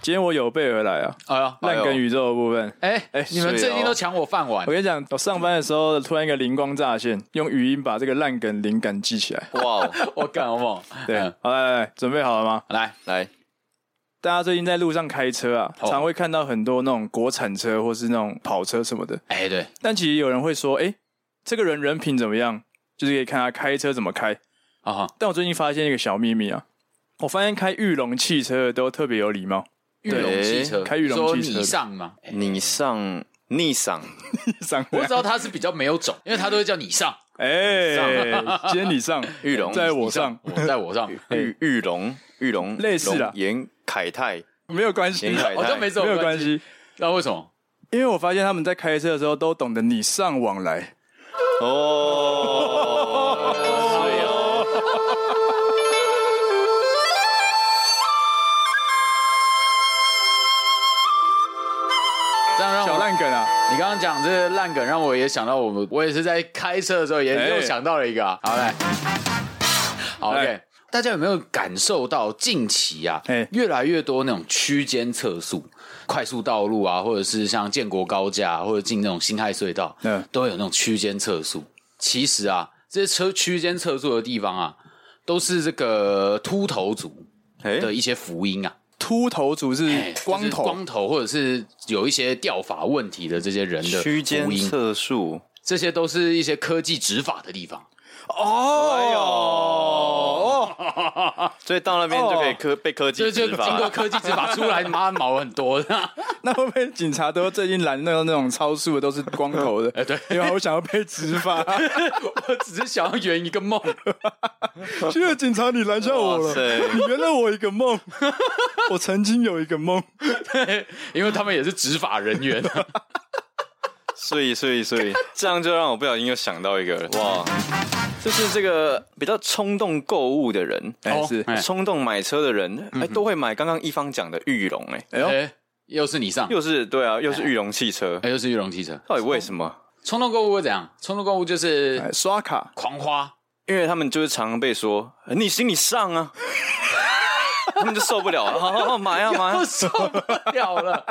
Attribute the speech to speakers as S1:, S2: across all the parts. S1: 今天我有备而来啊，
S2: 哎呀，
S1: 烂梗宇宙的部分。
S2: 哎
S1: 哎
S2: 你们最近都抢我饭碗
S1: 我，跟你讲，我上班的时候突然一个灵光乍现，用语音把这个烂梗灵感记起来。
S3: 哇哦，
S2: 我敢好不好？
S1: 对，
S2: 嗯
S1: 好来来来，准备好了吗？
S2: 来，
S3: 来，
S1: 大家最近在路上开车啊，
S2: 哦
S1: 常会看到很多那种国产车或是那种跑车什么的。
S2: 哎，对，
S1: 但其实有人会说，哎、这个人人品怎么样？就是可以看他开车怎么开。
S2: 啊哈，
S1: 但我最近发现一个小秘密啊，我发现开玉龙汽车的都特别有礼貌。
S2: 玉龙汽车，
S1: 开玉龙
S2: 说
S1: 汽车
S2: 你上嘛，
S3: 你上逆上，
S1: 上
S2: 我知道他是比较没有种，因为他都会叫你上，
S1: 哎、今天你上
S3: 玉龙
S1: 在我上
S2: 我在我上，
S3: 玉玉龙玉龙
S1: 类似啦
S2: 啊
S3: 龙严凯泰，
S1: 没有关系，
S3: 严
S1: 哎
S3: 凯
S1: 没
S2: 好哦像没
S3: 泰，
S2: 什么
S1: 有关，系，
S2: 那为什么？
S1: 因为我发现他们在开车的时候都懂得礼尚往来。
S3: 哦，对哦
S2: 这样让
S1: 小
S2: 我，
S1: 烂梗啊，
S2: 你刚刚讲这个烂梗，让我也想到我们，我也是在开车的时候
S1: 哎
S2: 也又想到了一个啊，好来，好
S1: 来
S2: OK。大家有没有感受到近期啊
S1: 哎，
S2: 越来越多那种区间测速、快速道路啊，或者是像建国高架、啊或者进那种辛亥隧道，
S1: 嗯
S2: 都会有那种区间测速。其实啊，这些车区间测速的地方啊，都是这个秃头族
S3: 哎，
S2: 的一些福音啊，
S1: 秃头族是
S2: 哎
S1: 光
S2: 就是
S1: 头，
S2: 光头或者是有一些掉发问题的这些人的
S3: 区间
S2: 福音，
S3: 测速，
S2: 这些都是一些科技执法的地 方。
S3: 哎
S1: 哦，
S3: 呦，所以到那边就可以科被科
S2: 就
S3: 技
S2: 哦就
S3: 执
S2: 经
S3: 法
S2: 过
S3: 了，
S2: 科技执法出来，妈毛很 多的。
S1: 那会不会警察都最近拦那种那种超速的都是光头的？哎
S2: 对，
S1: 因为我想要被执法，
S2: 我只是想要圆一个 梦，
S1: 现在警察你拦下我
S3: 哇
S1: 了，
S3: 塞
S1: 你圆了我一个梦，我曾经有一个梦，
S2: 因为他们也是执法人员。
S3: 所以所以所 以，这样就让我不小心又想到一个了，哇，就是这个比较冲动购物的人，
S1: 哎
S2: 哦
S1: 是，
S2: 哎嗯
S3: 冲动买车的人，哎，都会买刚刚一方讲的玉龙，哎，
S1: 哎呦，
S2: 哎，又是你上，
S3: 又是对啊，又是玉龙汽车，
S2: 哎，又是玉龙汽车。
S3: 到底为什么？
S2: 冲动购物会怎样？冲动购物就是
S1: 哎刷卡，
S2: 狂花，
S3: 因为他们就是常常被说呃你行你上啊， 他们就受不了了，好好好买啊买 啊
S2: 我，受不了了。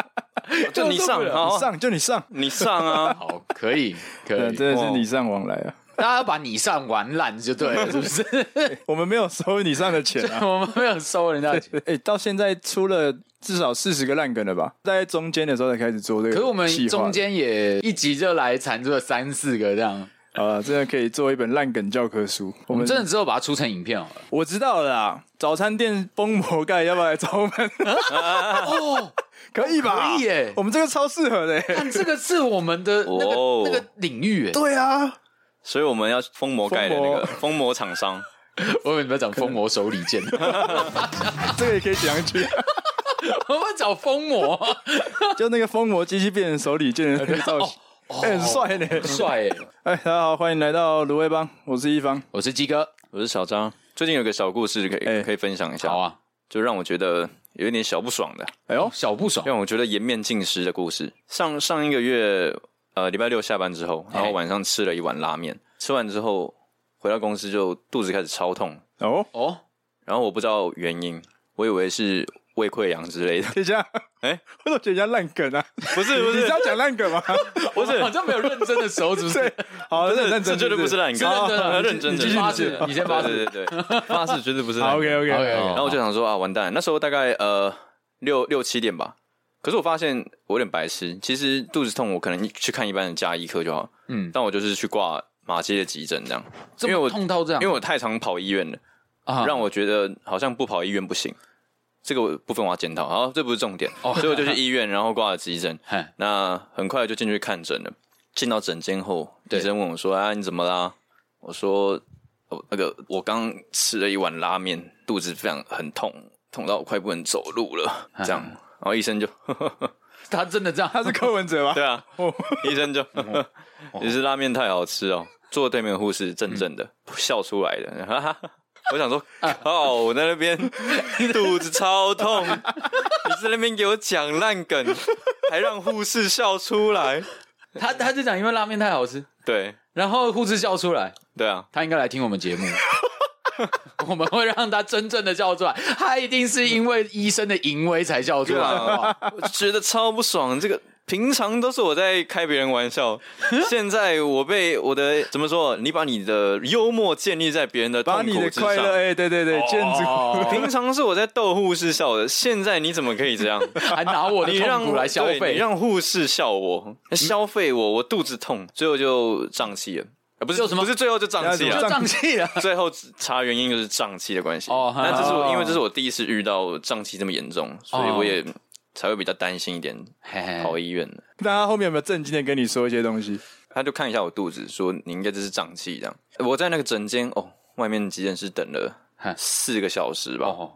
S3: 就你上，哦好
S1: 你
S3: 好
S1: 上就你上，
S3: 你上 啊，
S2: 好，可以，可
S1: 对，
S2: 以，
S1: 真的是礼尚往来啊，
S2: 大家把你上玩烂就对了，是不 是？
S1: 我们没有收你上的钱啊。
S2: 我们没有收人家的 钱。
S1: 哎、到现在出了至少四十个烂梗了吧？在中间的时候才开始做这个
S2: 可
S1: 计划的，
S2: 是我们中间也一集就来产出了三四个这样，
S1: 啊，真的可以做一本烂梗教科书。我
S2: 我
S1: 们
S2: 们真的之后把它出成影片好了。
S1: 我知道了啦，早餐店崩魔盖要不要来找我们？
S2: 哦，
S1: 可以吧？
S2: 可以耶
S1: 我们这个超适合的耶、
S2: 看这个是我们的那个、
S3: 哦
S2: 那个领域耶，
S1: 对啊，
S3: 所以我们要封魔盖的那
S1: 封魔
S3: 个封魔厂商，
S2: 我以为你们讲疯魔手里剑，
S1: 这个也可以讲去，
S2: 我们找疯魔，
S1: 就那个封魔机器变成手里剑的那个造型，哎很帅呢。
S2: 帅耶！
S1: 哎，大家好，欢迎来到卤味帮，我是一方。
S2: 我是鸡哥，
S3: 我是小张。最近有个小故事可以、
S1: 哎
S3: 可以分享一下，
S2: 好，啊，
S3: 就让我觉得有一点小不爽的，
S1: 哎呦，
S2: 小不爽，
S3: 让我觉得颜面尽失的故事。上上一个月，呃，礼拜六下班之后，
S1: 哎
S3: 然后晚上吃了一碗拉面，吃完之后回到公司就肚子开始超痛，
S1: 哦，
S2: 哦，
S3: 然后我不知道原因，我以为是胃溃疡之类的，
S1: 等一下，
S3: 哎
S1: 我怎么觉得人家烂梗啊？
S3: 不是
S1: 你是要讲烂梗吗？
S3: 不是
S2: 好像没有认真的时候，是不是？
S1: 好， 认
S3: 这
S1: 真，
S3: 这绝对不是烂梗，
S2: 认真的你你
S3: 啊认真的，
S2: 继续发誓
S3: 认真的
S2: 你先发誓
S3: 对对对， 对发誓绝对不是烂
S1: 好
S3: 梗。
S1: ，OK OK
S2: OK，OK 哦
S3: 然后我就想说啊，完蛋了！那时候大概呃六六七点吧。可是我发现我有点白痴，其实肚子痛，我可能去看一般的加医科就好。
S2: 嗯，
S3: 但我就是去挂马街的急诊这样，
S2: 这
S3: 因为
S2: 么
S3: 我
S2: 痛到这样，
S3: 因为我太常跑医院了，
S2: 啊
S3: 让我觉得好像不跑医院不行。这个部分我要检讨。好，这不是重点，
S2: 哦
S3: 所以我就去医院，然后挂了急诊。
S2: 嘿
S3: 那很快就进去看诊了。进到诊间后，
S2: 对
S3: 医生问我说：“啊，你怎么啦？”我说：“哦，那个我刚吃了一碗拉面，肚子非常很痛，痛到我快不能走路了。”这样，然后医生就，呵呵呵
S2: 他真的这样，
S1: 他是柯文哲吧？
S3: 对啊，医生就，呵 呵你是拉面太好吃哦。坐对面的护士正正的、笑出来的， 哈哈。我想说，靠！我在那边肚子超痛，你在那边给我讲烂梗，还让护士笑出来。
S2: 他他就讲因为拉面太好吃，
S3: 对
S2: 然后护士笑出来，
S3: 对啊，
S2: 他应该来听我们节目。我们会让他真正的叫出来，他一定是因为医生的淫威才叫出来，好不好？
S3: 我觉得超不爽。这个平常都是我在开别人玩笑，现在我被我的怎么说？你把你的幽默建立在别人的
S1: 把
S3: 痛
S1: 你
S3: 苦
S1: 的
S3: 之
S1: 快乐，
S3: 上。
S1: 哎，对对对，建
S2: 哦
S1: 筑，
S3: 平常是我在逗护士笑的，现在你怎么可以这样？
S2: 还拿我的
S3: 你让
S2: 痛苦来消
S3: 对你
S2: 费，
S3: 让护士笑我，消费我，我肚子痛，最后就胀气了。呃不是
S2: 就什么
S3: 不是最后就胀气
S1: 你
S2: 就
S1: 让
S3: 了。
S2: 胀气了。
S3: 最后查原因就是胀气的关系。
S2: 哦
S3: 哦，那这是我
S1: 哦
S3: 因为这是我第一次遇到胀气这么严重，所以我也才会比较担心一点，
S2: 嘿嘿
S3: 跑医院。
S1: 那他后面有没有正经的跟你说一些东西？
S3: 他就看一下我肚子，说你应该这是胀气这样。我在那个诊间哦，外面急诊室等了
S2: 哈
S3: 四个小时吧，
S2: 哦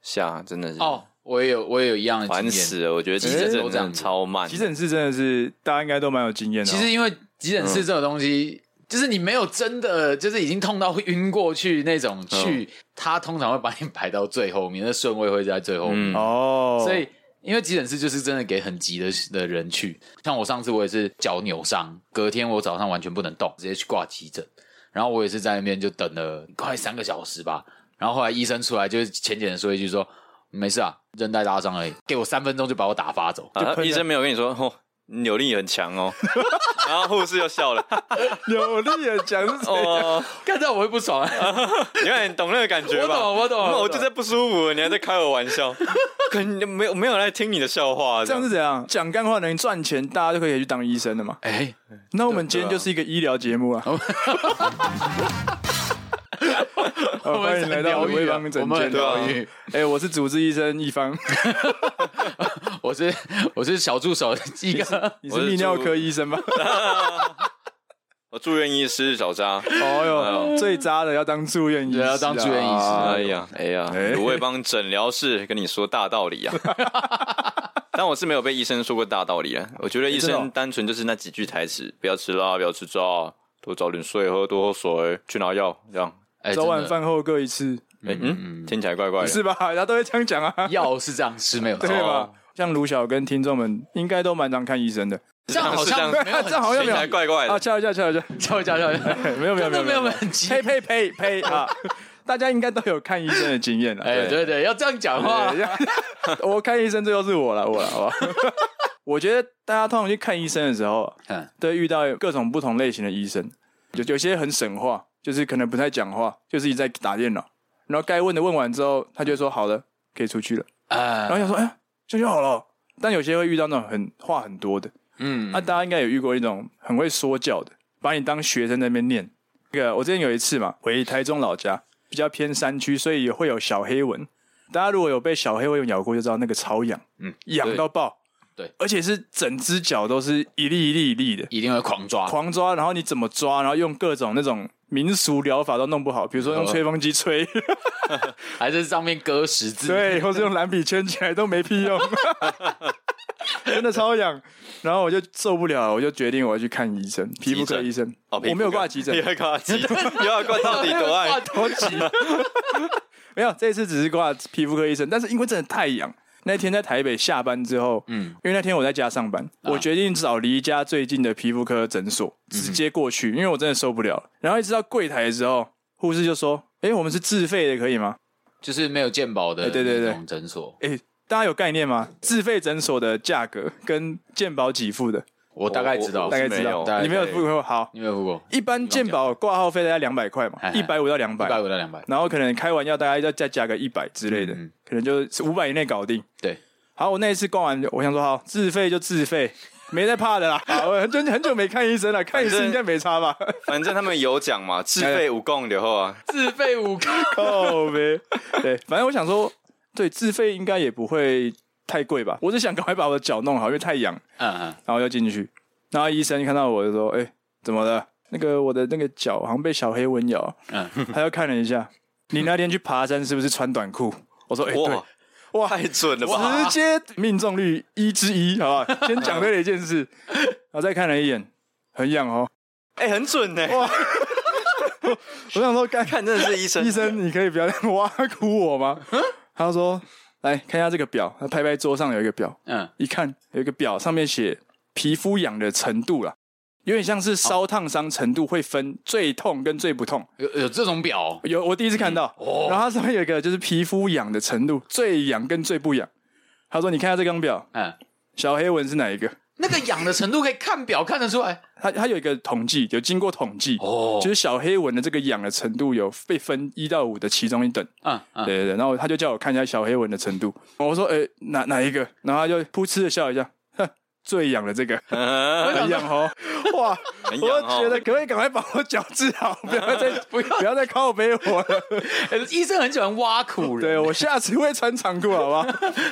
S3: 下真的是
S2: 哦，我也有我也有一样的经
S3: 烦
S2: 验。
S3: 死了。我觉得急
S2: 哎
S3: 诊室
S2: 都这
S3: 这
S2: 样
S3: 样
S2: 子
S3: 超慢，
S1: 急诊室真的是大家应该都蛮有经验的哦。
S2: 其实因为急诊室这种东
S3: 嗯
S2: 西，就是你没有真的就是已经痛到会晕过去那种
S3: 嗯
S2: 去，他通常会把你排到最后面，那顺位会在最后面。
S3: 嗯
S1: 哦，
S2: 所以因为急诊室就是真的给很急的的人去，像我上次我也是脚扭伤，隔天我早上完全不能动，直接去挂急诊，然后我也是在那边就等了快三个小时吧，然后后来医生出来就是浅浅的说一句说没事啊，韧带拉伤而已，给我三分钟就把我打发走。
S3: 啊，
S1: 喷
S3: 医
S1: 了
S3: 生没有跟你说哦。扭力很 强哦，然后护士又笑了。
S1: 有力的讲是 谁？
S3: 哦，
S2: 看到我会不爽、 啊，
S3: 你看你懂那个感觉
S2: 我
S3: 吧？哦
S2: 懂，我懂，
S3: 那我啊就
S2: 懂
S3: 在不舒服了，你还在开我玩 笑，可能没有没有人来听你的笑话，
S1: 这样是怎样？讲干话能赚钱，大家就可以去当医生了嘛？
S2: 哎、
S1: 那我们今天就是一个医疗节目啊！ 好哦欢迎来到
S2: 我们很疗愈啊
S1: 威邦诊
S2: 我们
S1: 间
S2: 很
S3: 疗
S2: 愈。
S1: 哎，我是主治医生一方，
S2: 我是我是小助手一个，
S1: 你是泌尿科医生吧？
S3: 我住院医师小扎，
S1: 哦哟，最渣的要当住院医师啊，
S2: 哎对要当住院医师
S3: 哎呀哎呀，
S1: 哎
S3: 我也帮诊疗室跟你说大道 理啊。但我是没有被医生说过大道理啊，我觉得医
S1: 真的
S3: 生
S1: 哦
S3: 单纯就是那几句台词：不要吃辣，不要吃炸，多早点睡，喝多喝水，去拿药，这样。
S2: 哎
S1: 早晚饭后各一次，
S3: 哎嗯，听起来怪怪
S1: 不
S3: 的。
S1: 是啊吧？ 大家都会这样讲啊，
S2: 嗯药是这样吃没有错
S1: 对，吧？像卢晓跟听众们应该都蛮常看医生的
S2: 这样好
S3: 是这
S2: 像
S3: 样
S2: 没有很
S1: 这样好像没
S3: 听起
S1: 有
S3: 来怪怪
S1: 啊！
S3: 的，
S1: 笑一下，笑一下，
S2: 教一教教一教，
S1: 没有没有没
S2: 真的
S1: 有
S2: 哎没有很急。
S1: 呸呸呸呸啊！大家应该都有看医生的经验了。啊
S2: 哎，对对，要这样讲话
S1: 对，要我看医生最后是我了，我了，好吧？ 我觉得大家通常去看医生的时候，
S2: 嗯
S1: 都会遇到各种不同类型的医生，有有些很省话，就是可能不太讲话，就是一直在打电脑，然后该问的问完之后，他就说好了，可以出去了，然
S2: 啊，
S1: 后想说哎呀，这样就好了。但有些会遇到那种很话很多的，
S2: 嗯
S1: 那、，大家应该有遇过一种很会说教的，把你当学生在那边念。那个我之前有一次嘛，回台中老家，比较偏山区，所以也会有小黑蚊。大家如果有被小黑蚊咬过，就知道那个超痒，
S2: 嗯
S1: 嗯，痒到爆，
S2: 对，
S1: 而且是整只脚都是一粒一粒一粒的，
S2: 一定会狂抓，
S1: 狂抓，然后你怎么抓，然后用各种那种民俗疗法都弄不好，啊比如说用吹风机吹，
S2: 还是上面割十字，
S1: 对，或是用蓝笔圈起来都没 屁用，真的超痒。然后我就受不了了，我就决定我要去看医生，皮肤科医生。
S3: 哦
S1: 我没有挂急诊
S3: 你，还挂急诊， 你要挂到底多爱？
S1: 好急。没有，这一次只是挂皮肤科医生，但是因为真的太痒。那天在台北下班之后，嗯，啊因为那天我在家上班，我决定找离家最近的皮肤科诊所直接过去，因为我真的受不了了。然后一直到柜台的时候，护士就说：“哎、我们是自费的，可以吗？”
S2: 就是没有健保的
S1: 哎对对对
S2: 那种诊所，
S1: 哎、大家有概念吗？自费诊所的价格跟健保给付的，
S2: 我大概知道，
S3: 我
S1: 大
S3: 哦是
S1: 概知
S3: 没有
S1: 道
S2: 大概，
S1: 你没有
S3: 知道
S1: 付过好。
S2: 你有没有付过？
S1: 一般健保挂号费大概两百块嘛
S2: 哎，
S1: 一
S2: 哎
S1: 百五到两
S2: 一
S1: 百，
S2: 百五到两百，
S1: 然后可能开完药大概要再加个一百之类的，
S2: 嗯嗯
S1: 可能就是五百以内搞定。
S2: 对，
S1: 好，我那一次逛完，我想说好自费就自 费，没在怕的啦。好我很久很久没看医生了，看一
S3: 反
S1: 次
S3: 正
S1: 应该没差 吧？
S3: 反正他们有讲
S1: 哎
S3: 嘛，自费无供的后啊，
S2: 自费五个，
S1: 靠呗。对，反正我想说，对自费应该也不会太贵吧。我只想赶快把我的脚弄好，因为太痒，
S2: 嗯嗯，
S1: 然后就进去。然后医生看到我就说：“哎、怎么了？那个我的那个脚好像被小黑蚊咬。”
S2: 嗯
S1: 嗯，他又看了一下，你那天去爬山是不是穿短裤？我说：“哎、对。”
S3: 哇哇，太准了吧！
S1: 直接命中率一之一，好吧？先讲对了一件事，然后再看了一眼，很痒哦。
S3: 哎，很准呢。
S1: 我想说，干
S3: 看，真的是医生，
S1: 医生，你可以不要这样挖苦我吗？他说：“来看一下这个表。”他拍拍桌上有一个表，
S2: 嗯
S1: 一看有一个表，上面写皮肤痒的程度啦。有点像是烧烫伤程度会分最痛跟最不痛。
S2: 有有这种表哦、
S1: 有我第一次看到，然后它上面有一个就是皮肤痒的程度，最痒跟最不痒。他说：“你看一下这张表，
S2: 嗯，
S1: 小黑纹是哪一个？”
S2: 那个痒的程度可以看表看得出来
S1: 它它有一个统计，有经过统计，
S2: 哦
S1: 就是小黑纹的这个痒的程度有被分一到五的其中一等，
S2: 嗯嗯，
S1: 对对对，然后他就叫我看一下小黑纹的程度，我说诶、哪哪一个，然后他就噗嗤的笑一下，哼，最痒的这个
S2: 哎
S3: 嗯
S1: 很痒哦，哇，
S3: 很
S1: 我
S3: 痒
S1: 觉得
S3: 哦。
S1: 可不可以赶快把我脚治好，不要再不要不要再靠背我了，
S2: 哎医生很喜欢挖苦人，
S1: 对我下次会穿长裤好不好？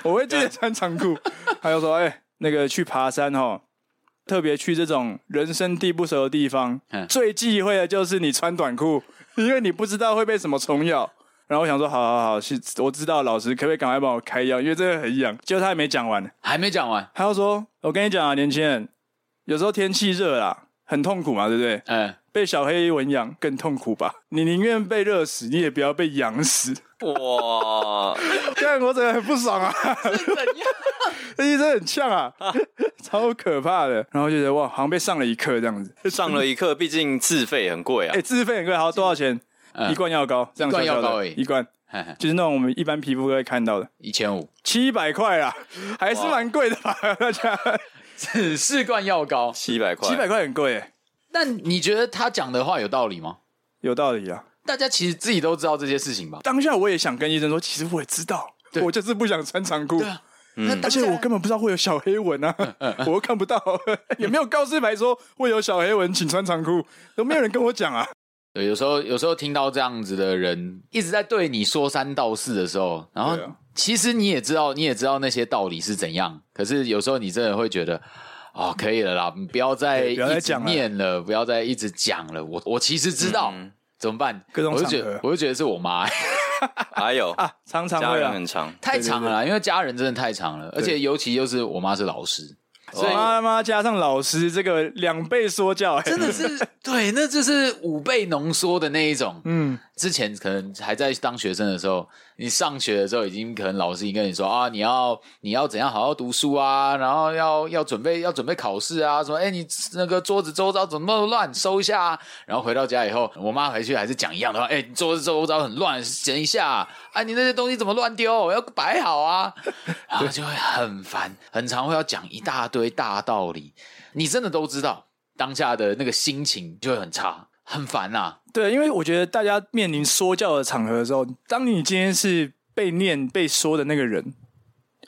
S1: 我会记得穿长裤。他就说诶、那个去爬山哦。特别去这种人生地不熟的地方，
S2: 嗯
S1: 最忌讳的就是你穿短裤，因为你不知道会被什么虫咬。然后我想说，好好好，是我知道，老师可不可以赶快帮我开药，因为这个很痒。结果他还没讲完，
S2: 还没讲完，
S1: 他又说：“我跟你讲啊，年轻人，有时候天气热啦，很痛苦嘛，对不对？
S2: 嗯，
S1: 被小黑蚊痒更痛苦吧？你宁愿被热死，你也不要被痒 死。
S3: 哇，
S1: 看我整个很不爽啊，
S2: 怎样？
S1: 这医生很呛 啊，超可怕的。然后就觉得哇，好像被上了一课这样子。
S3: 上了一课，毕竟自费很贵啊
S1: 哎、。自费很贵，好多少钱？
S2: 嗯
S1: 一罐药膏，这样小小
S2: 一罐药膏
S1: 的
S2: 而已
S1: 一罐
S2: 嘿嘿
S1: 就是那种我们一般皮肤科会看到的，
S2: 一千五，
S1: 七百块啦，还是
S3: 哇
S1: 蛮贵的吧？大家
S2: 只是罐药膏。
S3: 七百块，
S1: 七百块很贵、欸，
S2: 但你觉得他讲的话有道理吗？
S1: 有道理啊。
S2: 大家其实自己都知道这些事情吧？
S1: 当下我也想跟医生说，其实我也知道，
S2: 对
S1: 我就是不想穿长裤嗯
S2: 对。啊，那
S1: 而
S2: 当下嗯
S1: 且我根本不知道会有小黑纹啊，我又看不到， 也没有告示牌说会有小黑纹，请穿长裤，都没有人跟我讲啊。
S2: 对，有时候有时候听到这样子的人一直在对你说三道四的时候，然后
S1: 对啊
S2: 其实你也知道，你也知道那些道理是怎样，可是有时候你真的会觉得。哦，可以了啦，你不要再
S1: 对不要再
S2: 一直
S1: 讲了
S2: 念了，不要再一直讲了。我我其实知道、怎么办，
S1: 嗯各种
S2: 我就觉
S1: 场合
S2: 得，我就觉得是我妈、哎
S3: 还有
S1: 啊，常常
S3: 哎家
S1: 会
S3: 人
S1: 啊，
S3: 很长，
S2: 太长了啦，因为家人真的太长了，而且尤其又是我妈是老师，
S1: 所以妈妈加上老师这个两倍说教、欸，
S2: 真的是对，那就是五倍浓缩的那一种。
S1: 嗯，
S2: 之前可能还在当学生的时候，你上学的时候已经可能老师已经跟你说啊，你要你要怎样好好读书啊，然后要要准备要准备考试啊，什么哎、你那个桌子周遭怎么那么乱，收一下啊。然后回到家以后，我妈回去还是讲一样的话，哎、你桌子周遭很乱，整一下啊，啊你那些东西怎么乱丢，要摆好啊，然后就会很烦，很常会要讲一大堆大道理，你真的都知道，当下的那个心情就会很差，很烦呐、啊
S1: 对，因为我觉得大家面临说教的场合的时候，当你今天是被念被说的那个人，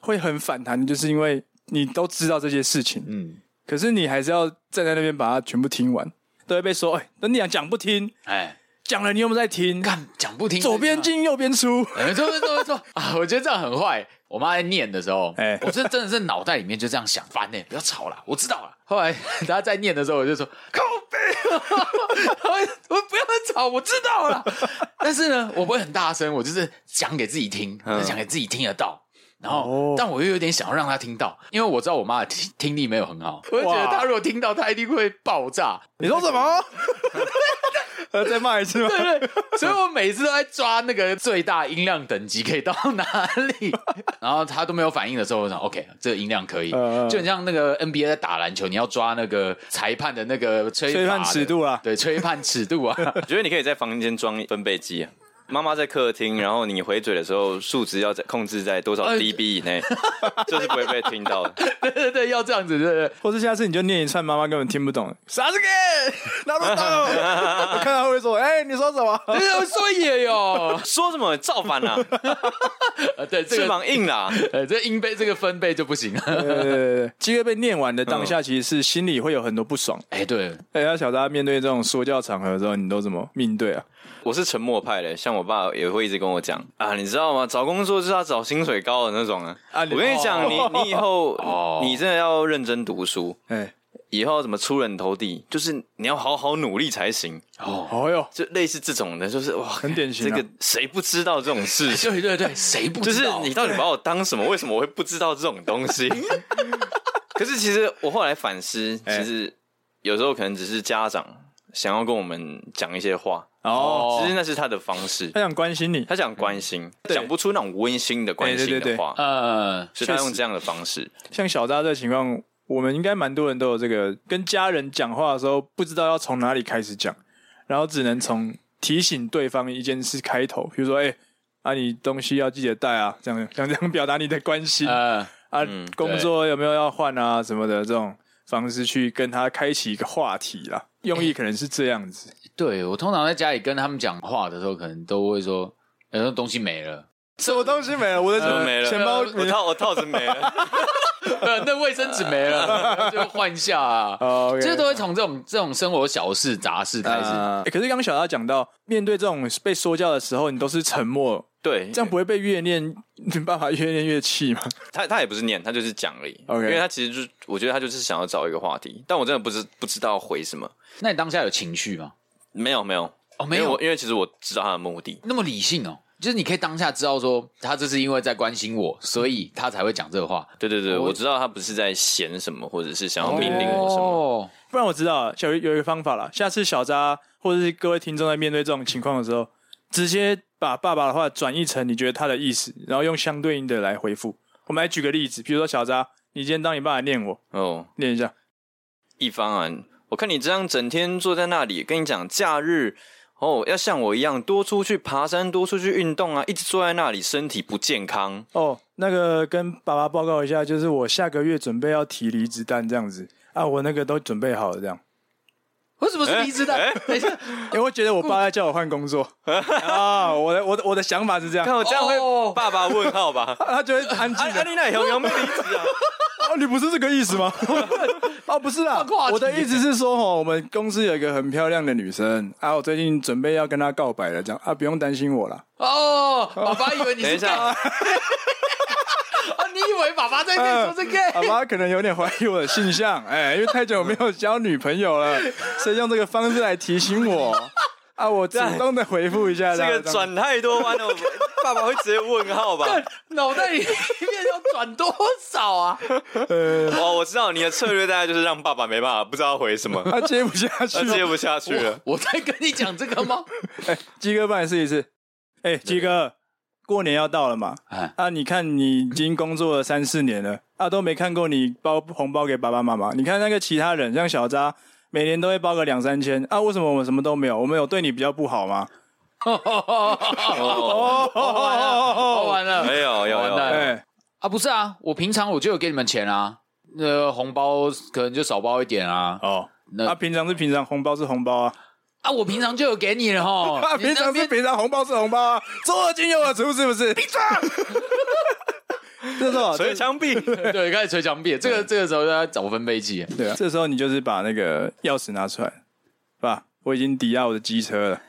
S1: 会很反弹，就是因为你都知道这些事情，
S2: 嗯，
S1: 可是你还是要站在那边把它全部听完，都会被说，哎、等你讲讲不听，
S2: 哎。
S1: 讲了你有没有在听？
S2: 干讲不听，
S1: 左边
S2: 进，
S1: 进右边出，
S2: 哎没错没错没错 啊！我觉得这样很坏。我妈在念的时候，
S1: 哎
S2: 哎，我是真的是脑袋里面就这样想，烦呢、不要吵啦，我知道了。后来 她在念的时候，我就说靠背，我不要再吵，我知道了。 但是呢，我不会很大声，我就是讲给自己听，
S3: 嗯
S2: 讲给自己听得到。然
S1: 哦
S2: 后，但我又有点想要让她听到，因为我知道我妈的听听力没有很好，我就觉得
S1: 哇
S2: 她如果听到，她一定会爆炸。
S1: 你说什么？ 呃，再骂一次吗？
S2: 对 对，所以我每次都在抓那个最大音量等级可以到哪 里，然后他都没有反应的时候，我想 OK，这个音量可以，
S1: 嗯嗯
S2: 就很像那个 NBA 在打篮球，你要抓那个裁判的那个吹
S1: 吹判
S2: 罚的
S1: 尺度啊
S2: 对，吹判尺度 啊，
S3: 我觉得你可以在房间装分 贝机、啊。妈妈在客厅，然后你回嘴的时候，数值要在控制在多少
S2: 哎
S3: dB 以内， 就是不会被听到的。
S2: 对对对，要这样子，对对对。
S1: 或是下次你就念一串妈妈根本听不懂的，啥 这个？哪都懂。我看他会说，哎、你说什么？
S2: 对，我说也有，
S3: 说什么造反 啊？
S2: 呃 对这
S3: 翅
S2: 个，
S3: 膀硬啦、
S2: 呃，这音贝这个分贝就不行 了。
S1: 对对对对，机会被念完的当下，其实是心里会有很多不爽。
S2: 哎，对，
S1: 哎、要小大家面对这种说教场合的时候，你都怎么面对啊？
S3: 我是沉默派的，像我爸也会一直跟我讲啊，你知道吗？找工作就是要找薪水高的那种啊。
S1: 啊你
S3: 我跟你讲，
S1: 哦
S3: 你你 以后、
S2: 哦
S3: 你真的要认真读书，
S1: 哎、
S3: 以后要怎么出人头地，就是你要好好努力才行。
S2: 哦，
S1: 哦哟，
S3: 就类似这种的，就是哇，很
S1: 典型啊
S3: 这个谁不知道这种 事 情？
S2: 对对对，谁不
S3: 就
S2: 知
S3: 是
S2: 道
S3: 你到底把我当什么？为什么我会不知道这种东西？ 可是其实我后来反思，
S1: 哎
S3: 其实有时候可能只是家长想要跟我们讲一些话，
S1: 哦，
S3: 其实那是他的方式
S1: 他，想关心你，
S3: 他想关心，
S1: 对
S3: 讲不出那种温馨的关
S1: 哎对
S3: 心
S1: 对
S3: 的话，
S2: 呃，
S3: 所以他
S1: 确实
S3: 用这样的方式。
S1: 像小扎这个情况，我们应该蛮多人都有这个，跟家人讲话的时候不知道要从哪里开始讲，然后只能从提醒对方一件事开头，比如说，哎、啊，你东西要记得带啊，这样想这样表达你的关心、
S2: 呃，
S1: 啊
S3: 嗯，
S1: 工作有没有要换啊什么的这种方式去跟他开启一个话题啦，用意可能是这样子，
S2: 对我通常在家里跟他们讲话的时候，可能都会说，哎、那东西没了，
S1: 什么东西没了，我的
S3: 怎呃么没了？
S1: 呃钱包
S3: 我套我套子 没了，
S2: 呃， 那卫生纸没了， 就换一下啊。
S1: 哦，
S2: 就是都会从这种这种生活小事杂事开始。
S3: 嗯呃
S1: 欸可是刚刚小大讲到，面对这种被说教的时候，你都是沉默，
S3: 对，
S1: 这样不会被越念， 你爸爸越念越气 吗？
S3: 他他也不是念，他就是讲而已。
S1: OK
S3: 因为他其实就是，我觉得他就是想要找一个话题，但我真的不知不知道回什么。
S2: 那你当下有情绪吗？
S3: 没有没有
S2: 哦，没
S3: 因为
S2: 有
S3: 我，因为其实我知道他的目的。
S2: 那么理性哦。就是你可以当下知道说，他这是因为在关心我，所以他才会讲这个话。
S3: 对对对，
S2: 哦
S3: 我知道他不是在嫌什么，或者是想要命
S2: 命
S3: 令
S2: 令
S3: 我什么。
S2: 么？
S1: 不然我知道了，啊小鱼有一个方法啦，下次小渣或者是各位听众在面对这种情况的时候，直接把爸爸的话转译成你觉得他的意思，然后用相对应的来回复。我们来举个例子，比如说小渣，你今天当你爸爸念我，
S3: 哦，
S1: 念一下，
S3: 一方啊，我看你这样整天坐在那里，跟你讲假日。哦，要像我一样多出去爬山，多出去运动啊！一直坐在那里，身体不健康。
S1: 哦，那个跟爸爸报告一下，就是我下个月准备要提离职单这样子啊，我那个都准备好了这样。
S2: 为什么是离职
S3: 欸
S2: 的？ 等一下，
S1: 因为哎我觉得我爸在叫我换工作 啊，我的我的我的想法是这样，
S3: 看我这样
S2: 哦啊
S3: 会爸爸问 号吧？
S1: 他就会安静
S3: 安安
S1: 的。
S3: 妮娜有有没有离职啊？
S1: 哦，你不是这个意思吗？ 哦，不是啦
S2: 换话，题
S1: 我的意思是说，哦，我们公司有一个很漂亮的女生啊，我最近准备要跟她告白了，这样啊，不用担心我 啦。
S2: 哦，爸爸以为你
S3: 等
S2: 是 gay
S3: 一下
S2: 啊，，你以为爸爸在
S3: 嗯
S2: 那说是 gay？
S1: 爸爸可能有点怀疑我的性向，哎，因为太久没有交女朋友 了，所以用这个方式来提醒我。啊，我主动的回复一下，
S3: 这个
S1: 样
S3: 转太多弯了，我爸爸会直接问号吧？
S2: 脑袋里面要转多少啊？
S3: 哦，我知道你的策略大概就是让爸爸没办法不知道回 什么，
S1: 他啊接不下
S3: 他
S2: 哦
S1: 去了，
S3: 接不下去了。
S2: 我在跟你讲这个吗？
S1: 哎， 鸡哥帮你试一次。哎，鸡哥，过年要到了嘛？
S2: 哎
S1: 啊，你看你已经工作了三四年了，啊，都没看过你包红包给爸爸妈妈。你看那个其他人，像小渣，每年都会包个两三千啊，为什么我们什么都没有？我们有对你比较不好吗？
S3: 哦，
S1: 哦哦哦
S2: 哦，完了，
S3: 没有，有
S2: 完
S3: 有，
S2: 蛋
S1: 哎，
S2: 啊，不是啊，我平常我就有给你们钱啊，那、个红包可能就少包一点啊。
S1: 哦，
S2: 那
S1: 啊，平常是平常，红包是红包啊，
S2: 啊，我平常就有给你了
S1: 啊，
S2: 哈。
S1: 平常
S2: 你
S1: 是
S2: 那边
S1: 平常，红包是红包啊，左耳进右耳出，是不是？闭嘴！ 这时候，
S3: 捶墙壁。
S2: 对，开始捶墙壁，这个这个时候在找分贝器。
S1: 对啊，这时候你就是把那个钥匙拿出来，爸，我已经抵押我的机车了，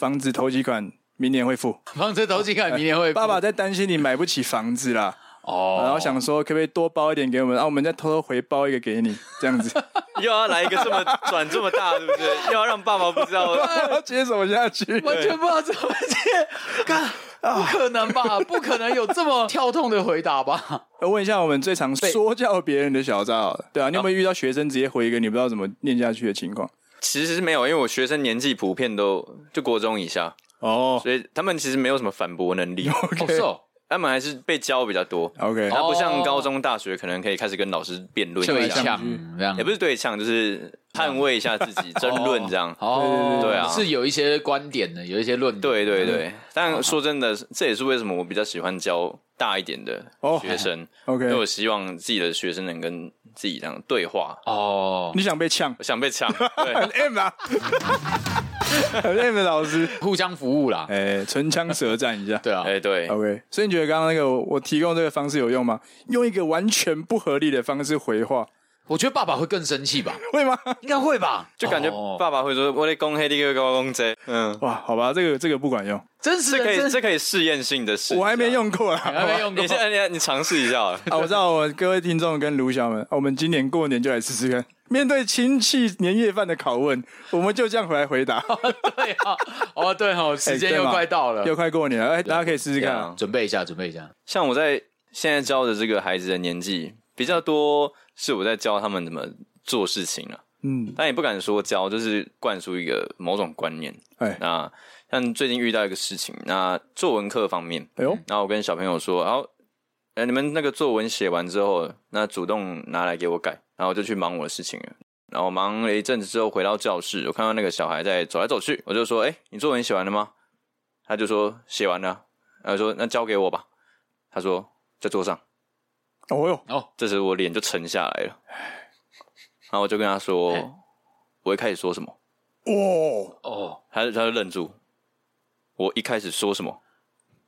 S1: 房子头期款明年会付。
S2: 房车头期款明年会
S1: 爸爸在担心你买不起房子啦，
S2: 哦，
S1: 然后想说可不可以多包一点给我们，然、后我们再偷偷回包一个给你，这样子，
S3: 又要来一个这么转这么大，对不对？又要让爸爸不知道。
S1: 接手下去。
S2: 完全不知道怎么接，干不可能吧？不可能有这么跳痛的回答吧？
S1: 我问一下，我们最常说教别人的小渣好了，对啊，你有没有遇到学生直接回一个你不知道怎么念下去的情况？
S3: 其实是没有，因为我学生年纪普遍都就国中以下，
S1: 哦
S3: 所以他们其实没有什么反驳能力，
S2: 哦，是哦，
S3: 他们还是被教比较多。
S1: ，OK，
S3: 他不像
S2: 哦
S3: 高中、大学，可能可以开始跟老师辩论
S2: 就
S3: 一
S2: 一
S3: 下，
S2: 呛这样
S3: 也，不是对呛，就是捍卫一下自己，争论这样。
S2: 哦，
S1: 对
S3: 对啊
S2: 是有一些观点的，有一些论点。
S3: 对对对，但说真的，这也是为什么我比较喜欢教大一点的
S1: 哦
S3: 学 生，因为
S1: OK，
S3: 我希望自己的学生能跟自己这样对话。
S2: 哦，
S1: 你想被呛
S3: 我想被 抢，对
S1: 很 M 啊，很 M 的老师，
S2: 互相服务啦，
S1: 哎，唇枪舌战一下。
S2: 对啊，
S3: 哎对，
S1: OK，所以你觉得刚刚那个我我提供这个方式有用吗？用一个完全不合理的方式回话，
S2: 我觉得爸爸会更生气吧？
S1: 会吗？
S2: 应该会吧？
S3: 就感觉
S2: 哦
S3: 爸爸会说：“我得攻黑的个高公这。”嗯，
S1: 哇，好吧，这个这个不管用，
S2: 真实
S3: 这
S2: 的
S3: 可以
S2: 真
S3: 这可以试验性的试，
S1: 我还没，用过
S2: 还
S1: 啦。
S2: 没用过
S3: 你。现在你尝试一下好了，
S1: 啊 啊，我知道，我各位听众跟卢小们，啊我们今年过年就来试试看。面对亲戚年夜饭的拷问，我们就这样回来回 答。
S2: 对啊，哦对哦，时间
S1: 哎对
S2: 又
S1: 嘛
S2: 快到了，
S1: 又快过年了，哎，大家可以试试看啊。
S2: 准备一下，准备一下。
S3: 像我在现在教的这个孩子的年纪比较多，是我在教他们怎么做事情啊，
S1: 嗯，
S3: 但也不敢说教，就是灌输一个某种观念。
S1: 哎，
S3: 那像最近遇到一个事情，那作文课方面，
S1: 哎呦，
S3: 那我跟小朋友说，然后呃，你们那个作文写完之后，那主动拿来给我改，然后我就去忙我的事情了。然后忙了一阵子之后回到教室，我看到那个小孩在走来走去，我就说：“哎、你作文写完了吗？”他就说：“写完了啊。”然后说：“那交给我吧。”他说：“在桌上。
S1: 哦哟，
S2: 哦”，
S3: 这时我脸就沉下来了。然后我就跟他说
S2: 嘿：“
S3: 我一开始说什么
S1: 哦，
S2: 哦，？”
S3: 他就他就愣住。我一开始说什么？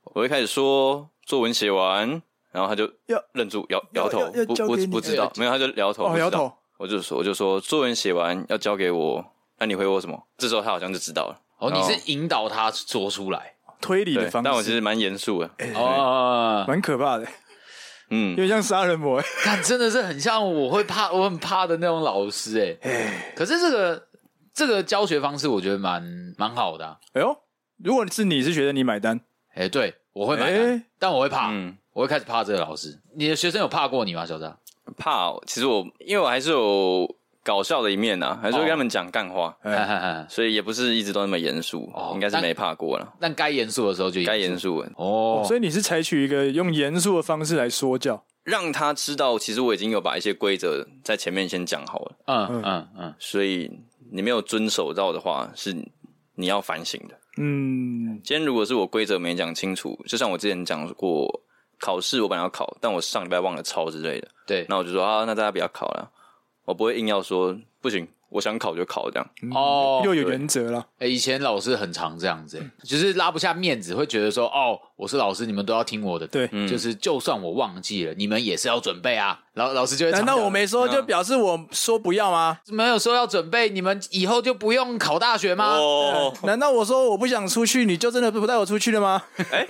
S3: 我一开始说作文写完，然后他就
S1: 要
S3: 愣住，摇
S1: 要
S3: 摇头
S1: 要要，
S3: 不
S1: 交
S3: 不
S1: 给你
S3: 不知道，没有，他就摇头，不
S1: 哦，
S3: 知
S1: 摇
S3: 道
S1: 头，
S3: 我就说，我就说作文写完要交给我，那你回我什么？这时候他好像就知道了。
S2: 哦，
S3: 然
S2: 你
S3: 后
S2: 是引导他说出来
S1: 推理的
S3: 对
S1: 方，式，哎
S3: 但我其实蛮严肃的。
S2: 哦，
S1: 蛮可怕的，有
S3: 嗯，
S1: 点像杀人魔。哎
S2: 看，真的是很像我会怕，我很怕的那种老师哎、
S1: 哎，
S2: 可是这个这个教学方式，我觉得蛮蛮好的啊、
S1: 哎呦，如果是你是学生，你买单，
S2: 哎、对我会买单，
S1: 哎
S2: 但我会怕，
S3: 嗯
S2: 我会开始怕这个老师。你的学生有怕过你吗，小张？
S3: 怕哦、其实我因为我还是有搞笑的一面呐、啊，还是会跟他们讲干话，
S1: 哎
S3: 所以也不是一直都那么严肃，
S2: 哦
S3: 应该是没怕过了。
S2: 但该严肃的时候就
S3: 该严肃了，
S2: 哦，
S1: 所以你是采取一个用严肃的方式来说教，
S3: 让他知道其实我已经有把一些规则在前面先讲好了，
S2: 嗯嗯嗯，
S3: 所以你没有遵守到的话，是你要反省的。
S1: 嗯，
S3: 今天如果是我规则没讲清楚，就像我之前讲过，考试我本来要考，但我上礼拜忘了抄之类的，
S2: 对，
S3: 那我就说啊，那大家不要考了，我不会硬要说不行，我想考就考这样。
S2: 哦，
S1: 又有原则了，
S2: 哎、以前老师很常这样子、欸，就是拉不下面子，会觉得说，哦，我是老师，你们都要听我的。
S1: 对
S2: 就是就算我忘记了，你们也是要准备啊。老老师就会常嗯
S1: 难
S2: 讲，
S1: 道我没说就表示我说不要吗？
S2: 没有说要准备，你们以后就不用考大学吗？
S3: 哦，
S1: 难道我说我不想出去，你就真的不带我出去了吗？
S2: 哎、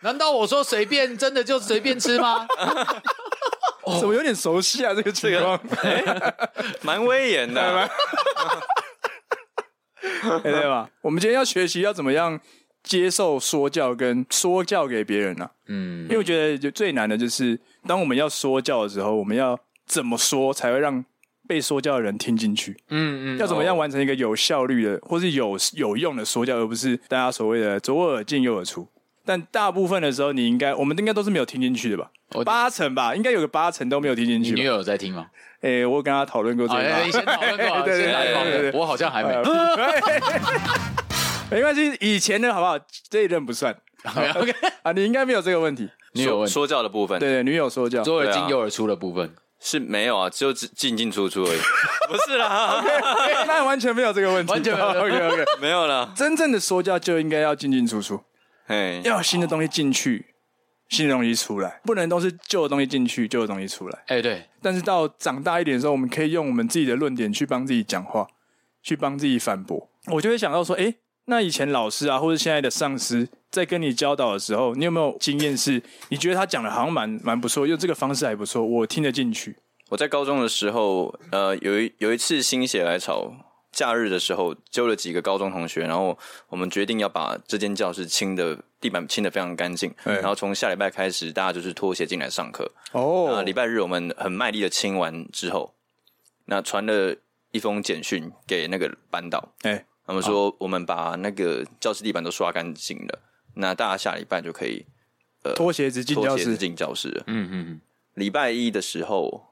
S2: 难道我说随便真的就随便吃吗？哦
S1: 怎么有点熟悉啊？这个情况，
S3: 蛮威严的，啊
S1: 哎对吧？我们今天要学习要怎么样接受说教跟说教给别人呢、啊？
S2: 嗯
S1: 因，为我觉得就最难的就是，当我们要说教的时候，我们要怎么说才会让被说教的人听进去？
S2: 嗯嗯，
S1: 要怎么样完成一个有效率的，或是有有用的说教，而不是大家所谓的左耳进右耳出。但大部分的时候，你应该，我们应该都是没有听进去的吧
S2: 我？
S1: 八成吧，应该有个八成都没有听进
S2: 你
S1: 去
S2: 女
S1: 吧。
S2: 友有在听吗？
S1: 哎、我跟他讨论过这
S2: 哦，
S1: 个吧。
S2: 哎，先讨论过啊，
S1: 对对
S2: 先来
S3: 对
S1: 对对
S2: 我好像还没。
S1: 没关系，以前的好不好？这一任不算
S2: OK，
S1: 啊，你应该没有这个问题。
S2: 女友
S3: 说
S2: 问，
S3: 说教的部分
S1: 对对，女友说教，
S2: 左耳
S3: 对啊
S2: 进右耳出的部分，
S3: 是没有啊，只有只进进出出而已，不是啦，
S1: 哎那完全没有这个问题，
S2: 完全没有
S1: OK OK。
S3: 没有啦，
S1: 真正的说教就应该要进进出出，
S3: 哎，
S1: 要有新的东西进去，新的东西出来，不能都是旧的东西进去，旧的东西出来。
S2: 哎，对，
S1: 但是到长大一点的时候，我们可以用我们自己的论点去帮自己讲话，去帮自己反驳。我就会想到说，诶，那以前老师啊，或者现在的上司在跟你教导的时候，你有没有经验是你觉得他讲的好像蛮蛮不错，用这个方式还不错，我听得进去？
S3: 我在高中的时候，呃，有一有一次心血来潮，假日的时候揪了几个高中同学，然后我们决定要把这间教室清的地板清的非常干净，
S1: 哎
S3: 然后从下礼拜开始，大家就是拖鞋进来上课。那
S1: 哦
S3: 啊礼拜日我们很卖力的清完之后，那传了一封简讯给那个班导，
S1: 哎，
S3: 他们说我们把那个教室地板都刷干净了，那大家下礼拜就可以呃
S1: 拖鞋子进
S3: 脱
S1: 教
S3: 鞋子
S1: 室，
S3: 进教室了。
S2: 嗯嗯嗯，
S3: 礼拜一的时候，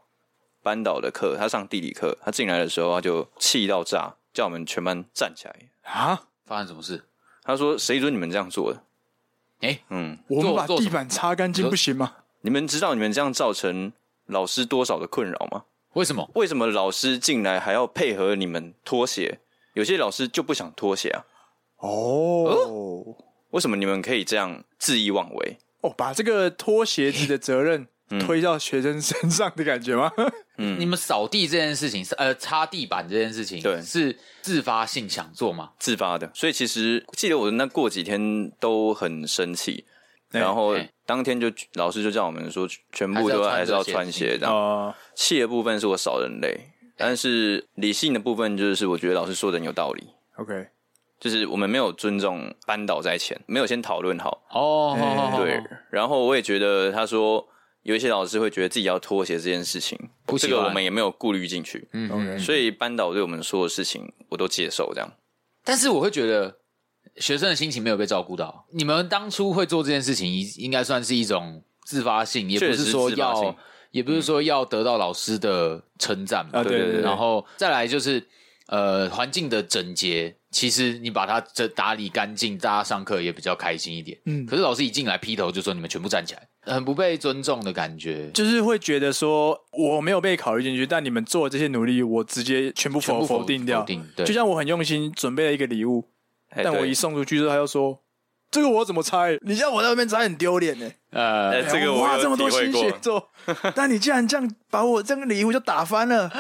S3: 班导的课，他上地理课，他进来的时候他就气到炸，叫我们全班站起来。
S1: 啊，
S2: 发生什么事？
S3: 他说：“谁准你们这样做的？
S2: 哎，
S3: 嗯，
S1: 我们把
S2: 做
S1: 地板擦干净不行吗？
S3: 你们知道你们这样造成老师多少的困扰吗？
S2: 为什么？
S3: 为什么老师进来还要配合你们脱鞋？有些老师就不想脱鞋啊。
S1: 哦
S3: 为什么你们可以这样恣意妄为？
S1: 哦，把这个拖鞋子的责任
S3: 嗯
S1: 推到学生身上的感觉 吗？
S2: 你们扫地这件事情是呃擦地板这件事情，
S3: 对
S2: 是自发性想做吗？
S3: 自发的。所以其实记得我那过几天都很生气，然后
S2: 哎
S3: 当天就老师就叫我们说，全部
S2: 还是要
S3: 都
S2: 穿
S3: 还是
S2: 着
S3: 要
S2: 鞋
S3: 穿
S2: 进
S3: 鞋
S2: 去
S3: 这样。
S1: 哦，
S3: 气的部分是我少人类，但是理性的部分就是我觉得老师说的很有道理，
S1: OK，
S3: 就是我们没有尊重班导在前，没有先讨论好。
S2: 哦，
S1: 哎
S2: 好好好
S3: 嗯对，然后我也觉得他说有一些老师会觉得自己要脱鞋这件事情，
S2: 不喜
S3: 这
S2: 欢
S3: 个我们也没有顾虑进去，
S2: 嗯
S1: OK
S3: 所以班导对我们说的事情我都接受这样。
S2: 但是我会觉得学生的心情没有被照顾到。你们当初会做这件事情，应应该算是一种自发性，也不
S3: 确实
S2: 是说
S3: 自发性嗯
S2: 要，也不是说要得到老师的称赞嘛。
S1: 啊对对对
S2: 然后再来就是呃，环境的整洁，其实你把它整打理干净，大家上课也比较开心一点。嗯，可是老师一进来劈头就说你们全部站起来，很不被尊重的感觉。
S1: 就是会觉得说我没有被考虑进去，但你们做的这些努力，我直接全部
S2: 全
S1: 否
S2: 部否
S1: 定掉。
S2: 否定对
S1: 就像我很用心准备了一个礼物，
S3: 哎
S1: 但我
S3: 对
S1: 一送出去之后，他又说：“这个我怎么拆？你叫我在外面拆很丢脸呢。
S2: 呃，
S3: 哎，这个
S1: 我
S3: 我
S1: 花这
S3: 有
S1: 么
S3: 体
S1: 多
S3: 会
S1: 心
S3: 过
S1: 血，做，但你竟然这样把我这个礼物就打翻了，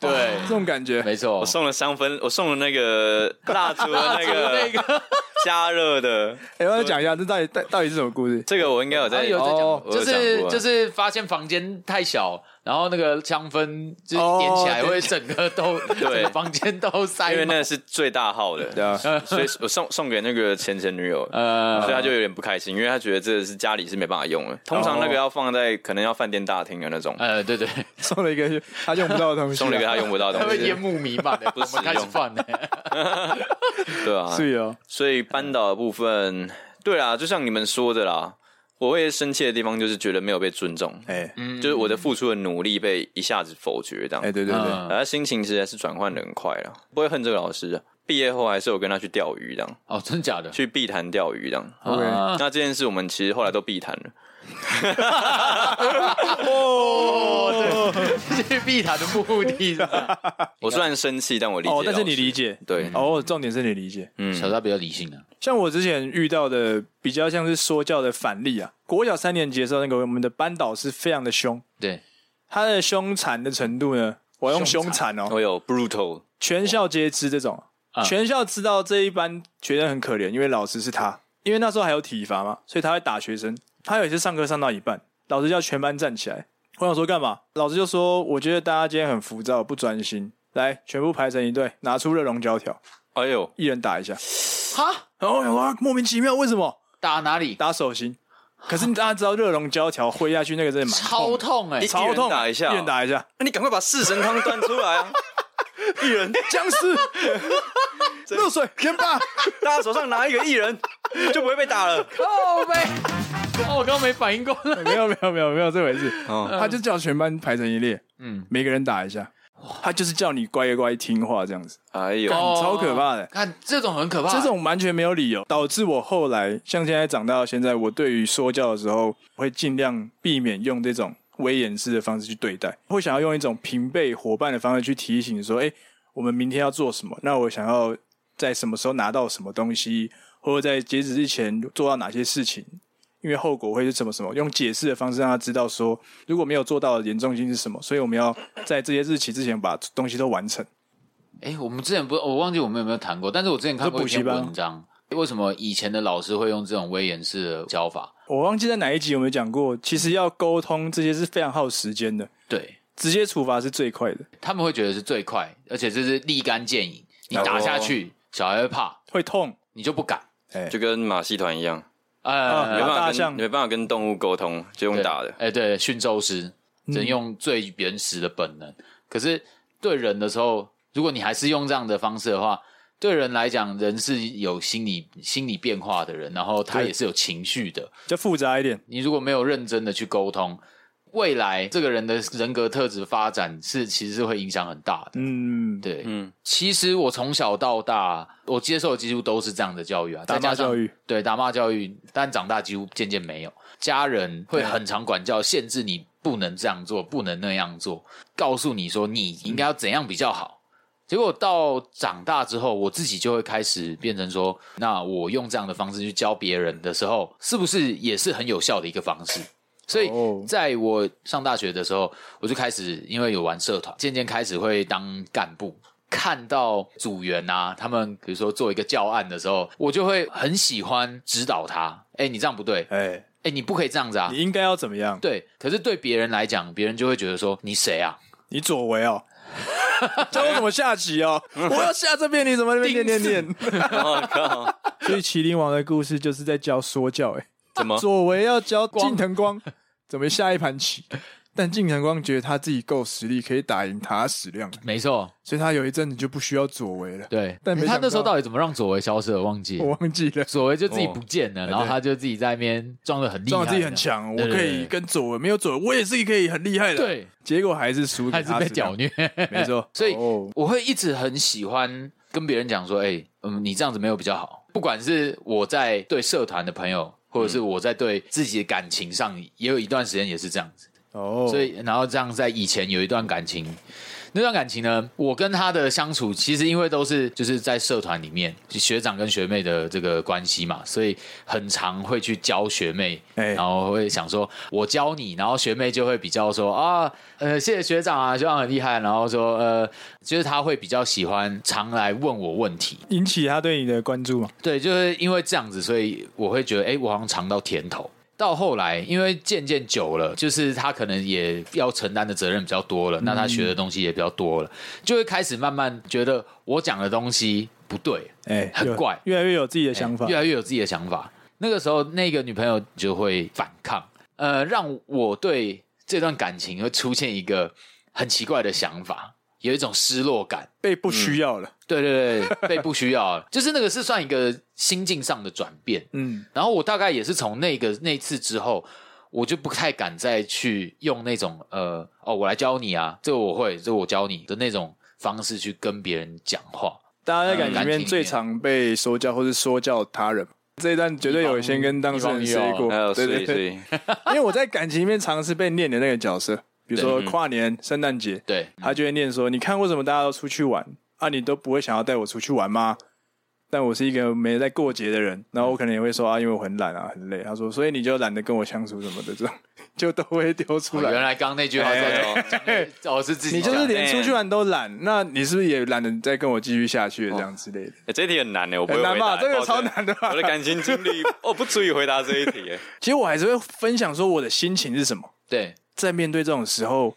S2: 对
S1: 这，种感觉。
S2: 没错
S3: 我。送了三分，我送了那个蜡烛的那
S2: 那
S3: 个
S2: 个
S3: 加热的，
S1: 哎，我要讲一下，这到底到到底是什么故事？
S3: 这个我应该有在
S2: 啊有在讲
S1: 哦
S3: 我
S2: 就
S3: 有讲
S2: 是
S3: 过啊
S2: 就是发现房间太小，然后那个香氛就是点起来
S1: 哦
S2: 会整个都整个房间都塞
S3: 因为那
S2: 满。
S3: 个是最大号的，
S1: 对啊，
S3: 所以我送送给那个前前女友，所以
S2: 呃，
S1: 嗯
S3: 她就有点不开心，因为她觉得这个是家里是没办法用的，通常那
S1: 哦
S3: 个要放在可能要饭店大厅的那种，
S1: 哎
S2: 呃，对对，
S1: 送了一个他用不到的东西啊，
S3: 送了一个她用不到的
S2: 它
S3: 东
S2: 会
S3: 西
S1: 啊
S2: 烟，雾弥漫的，我
S3: 不实
S2: 们开始
S3: 用
S2: 放的。
S3: 对 啊，
S1: 是哦，
S3: 所以班导的部分，对啦，就像你们说的啦，我会生气的地方就是觉得没有被尊重，
S1: 哎
S3: 就是我的付出的努力被一下子否决这样
S1: 哎，，对对对，
S2: 嗯
S3: 然后心情实在是转换的很快啦，不会恨这个老师的。毕业后还是有跟他去钓鱼这样，
S2: 哦，真假的？
S3: 去碧潭钓鱼这样。
S1: OK
S2: 啊
S3: 那这件事我们其实后来都避谈了，
S2: 哦，对，去避谈的目的是吧。
S3: 我虽然生气，但我理解。
S1: 哦，但是你理，解，
S3: 对
S1: 哦，重点是你理解。
S3: 嗯，
S2: 小扎比较理性啊，
S1: 像我之前遇到的比较像是说教的反例啊，国小三年级的时候，那个我们的班导师非常的凶，
S2: 对，
S1: 他的凶残的程度呢，我用凶残哦，
S3: 我有 brutal，
S1: 全校皆知这种，
S2: 啊
S1: 全校知道这一班学生很可怜，因为老师是他，因为那时候还有体罚嘛，所以他会打学生。他有一次上课上到一半，老师叫全班站起来，我想说干嘛？老师就说，我觉得大家今天很浮躁，不专心，来，全部排成一队，拿出热熔胶条，
S3: 哎呦，
S1: 一人打一下。
S2: 哈，
S1: 然后我想说啊莫名其妙，为什么？
S2: 打哪里？
S1: 打手心。可是你大家知道热熔胶条挥下去那个真的蛮
S2: 超
S1: 痛的，
S2: 痛哎
S3: 一！
S1: 超痛，
S3: 一人打一下
S1: 一人打一下，
S3: 那你赶快把四神汤端出 来啊！一人，
S1: 僵尸 热水天霸，
S3: 大家手上拿一个一人，就不会被打了。
S2: 靠背，，Oh 哦，我刚刚没反应过来。
S1: 没有没有没有没有这回事，
S3: 哦
S1: 他就叫全班排成一列，
S2: 嗯
S1: 嗯，每个人打一下，他就是叫你乖乖听话这样子，
S3: 哎呦，
S1: 哦超可怕的
S2: 看这种很可怕，
S1: 这种完全没有理由，导致我后来像现在长大到现在，我对于说教的时候，我会尽量避免用这种威严式的方式去对待，会想要用一种平辈伙伴的方式去提醒说，哎、我们明天要做什么？那我想要在什么时候拿到什么东西，或者在截止日前做到哪些事情？因为后果会是什么什么，用解释的方式让他知道说，如果没有做到的严重性是什么，所以我们要在这些日期之前把东西都完成。
S2: 哎、我们之前不，我忘记我们有没有谈过，但是我之前看过一
S1: 说补习
S2: 篇
S1: 班
S2: 文章，为什么以前的老师会用这种威严式的教法？
S1: 我忘记在哪一集有没有讲过，其实要沟通这些是非常耗时间的，
S2: 对，
S1: 直接处罚是最快的，
S2: 他们会觉得是最快，而且这是立竿见
S1: 哦
S2: 影，你打下去，小孩会怕，
S1: 会痛。
S2: 你就不敢。
S3: 就跟马戏团一样，
S1: 啊
S2: 呃，
S3: 没办
S1: 大
S3: 法跟
S1: 象
S3: 没办法跟动物沟通，就用
S2: 对
S3: 打的。
S2: 哎、对，驯兽师
S1: 嗯
S2: 只能用最原始的本能，可是对人的时候，如果你还是用这样的方式的话。对人来讲，人是有心理心理变化的人，然后他
S1: 对
S2: 也是有情绪的，
S1: 比较复杂一点，
S2: 你如果没有认真的去沟通，未来这个人的人格特质发展是其实是会影响很大的。
S1: 嗯，
S2: 对，
S3: 嗯
S2: 其实我从小到大，我接受的几乎都是这样的教育啊，
S1: 打
S2: 再加
S1: 骂
S2: 上
S1: 教育，
S2: 对打骂教育，但长大几乎渐渐没有。家人会很常管教，限制你不能这样做，不能那样做，告诉你说你应该要怎样比较好。结果到长大之后，我自己就会开始变成说，那我用这样的方式去教别人的时候，是不是也是很有效的一个方式？所以
S1: 哦
S2: 在我上大学的时候，我就开始因为有玩社团，渐渐开始会当干部。看到组员啊，他们比如说做一个教案的时候，我就会很喜欢指导他。哎、你这样不对，哎、
S1: 哎，
S2: 你不可以这样子啊
S1: 你。应该要怎么样？
S2: 对，可是对别人来讲，别人就会觉得说你谁啊，
S1: 你左为哦， 教我怎么下棋哦， 我要下这边，你怎么那边念念念？
S2: 哦
S3: 我靠，
S1: 所以《麒麟王》的故事就是在教说教，哎，
S2: 哦
S3: 怎么？
S1: 左为要教近藤光怎么下一盘棋，但近藤光觉得他自己够实力，可以打赢塔矢亮，
S2: 没错，
S1: 所以他有一阵子就不需要左为了。
S2: 对。
S1: 但没
S2: 他
S1: 想
S2: 那时候
S1: 到
S2: 到底怎么让左为消失的？忘记
S1: 我忘记了，
S2: 左为就自己不见了，然后
S1: 对
S2: 他就自己在那边装的很厉害，
S1: 撞自己很。强，我
S2: 对对
S1: 可
S2: 对
S1: 以跟左为没有左为，我也是可以很厉害的。，
S2: 对，
S1: 结果还是输给
S2: 还是
S1: 塔矢
S2: 被
S1: 亮
S2: 屌，虐。
S1: 没错。
S2: 所以
S1: 哦
S2: 我会一直很喜欢跟别人讲说，哎、嗯，你这样子没有比较好。不管是我在对社团的朋友，或者是我在对自己的感情上，也有一段时间也是这样子。
S1: 哦，
S2: 所以，然后这样在以前有一段感情，那段感情呢，我跟他的相处，其实因为都是就是在社团里面学长跟学妹的这个关系嘛，所以很常会去教学妹，
S1: 哎
S2: 然后会想说我教你，然后学妹就会比较说啊，呃，谢谢学长啊，学长很厉害，然后说呃，就是他会比较喜欢常来问我问题，
S1: 引起他对你的关注嘛？
S2: 对，就是因为这样子，所以我会觉得，哎、我好像尝到甜头。到后来，因为渐渐久了，就是他可能也要承担的责任比较多了，那他学的东西也比较多了，就会开始慢慢觉得我讲的东西不对，
S1: 哎，
S2: 很
S1: 有
S2: 怪
S1: 越来越有自己的想法
S2: 哎越。来越有自己的想法。那个时候，那个女朋友就会反抗，呃，让我对这段感情会出现一个很奇怪的想法，有一种失落感。
S1: 被不需要了。
S2: 对对对，被不需要 了，就是那个是算一个心境上的转变。
S1: 嗯，
S2: 然后我大概也是从那个那次之后，我就不太敢再去用那种呃哦，我来教你啊，这个我会，这个我教你的那种方式去跟别人讲话。
S1: 大家在感情里
S2: 嗯感情里
S1: 面
S2: 面
S1: 最常被说教或是说教他人。这一段绝对有先跟当事人 say 过
S3: 还有，
S1: 对
S3: 所
S1: 对
S3: 以哎所
S1: 对，
S3: 以
S1: 因为我在感情里面常是被念的那个角色，比如说
S3: 对嗯
S1: 跨年、圣诞节，
S2: 对，
S1: 他就会念说：“你看为什么大家都出去玩啊？你都不会想要带我出去玩吗？”但我是一个没在过节的人，然后我可能也会说啊，因为我很懒啊，很累。他说，所以你就懒得跟我相处什么的，这种就都会丢出
S2: 哦
S1: 来。
S2: 原来刚刚那句话叫
S3: 哎
S2: 做讲哦是自己
S1: 你就是
S2: 讲的
S1: 连出去玩都懒，那你是不是也懒得再跟我继续下去了这样之类的？
S3: 欸这题很难呢，我不会
S1: 很哎难
S3: 回答
S1: 吧？
S3: 欸
S1: 这个
S3: 抱
S1: 超
S3: 歉
S1: 难的吧
S3: 我？的感情经历，哦，不足以回答这一题 欸。
S1: 其实我还是会分享说我的心情是什么，
S2: 对
S1: 在面对这种时候，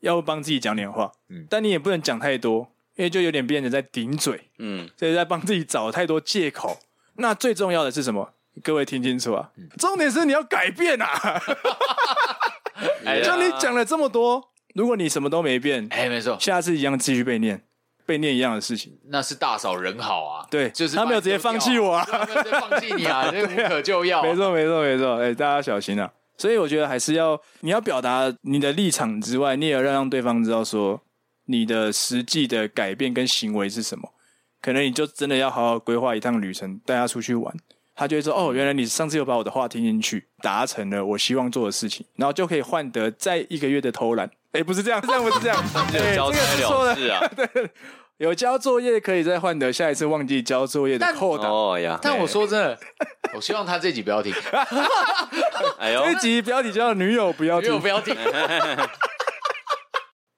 S1: 要帮自己讲点话，
S2: 嗯
S1: 但你也不能讲太多，因为就有点变得在顶嘴，
S3: 嗯，
S1: 所以在帮自己找太多借口。那最重要的是什么？各位听清楚啊！重点是你要改变啊！
S2: 哎
S1: 就你讲了这么多，如果你什么都没变，
S2: 哎没错，
S1: 下次一样继续被念，被念一样的事情。
S2: 那是大嫂人好啊，
S1: 对
S2: 就是
S1: 他没有直接
S2: 把你
S1: 放弃
S2: 丢
S1: 我
S2: 掉
S1: 啊
S2: 啊，对他没有直接放弃 你啊，这无可救药啊，
S1: 没错，没错，没错。哎、大家小心啊！所以我觉得还是要你要表达你的立场之外，你也要让对方知道说你的实际的改变跟行为是什么。可能你就真的要好好规划一趟旅程，带他出去玩，他就会说：“哦，原来你上次有把我的话听进去，达成了我希望做的事情，然后就可以换得在一个月的偷懒。”哎，不是这样，这样不是这样， 哎
S3: 交
S1: 这个
S3: 差
S1: 是错
S3: 了
S1: 的。
S3: 事啊。
S1: 有交作业可以再换得下一次忘记交作业的
S2: 但
S1: 扣打。
S3: 哦呀，
S2: 但我说真的，我希望他这集不 要停，
S3: 哎呦
S1: 这，一集标题叫“女友不要
S2: 因为我
S1: 听
S2: 不要停。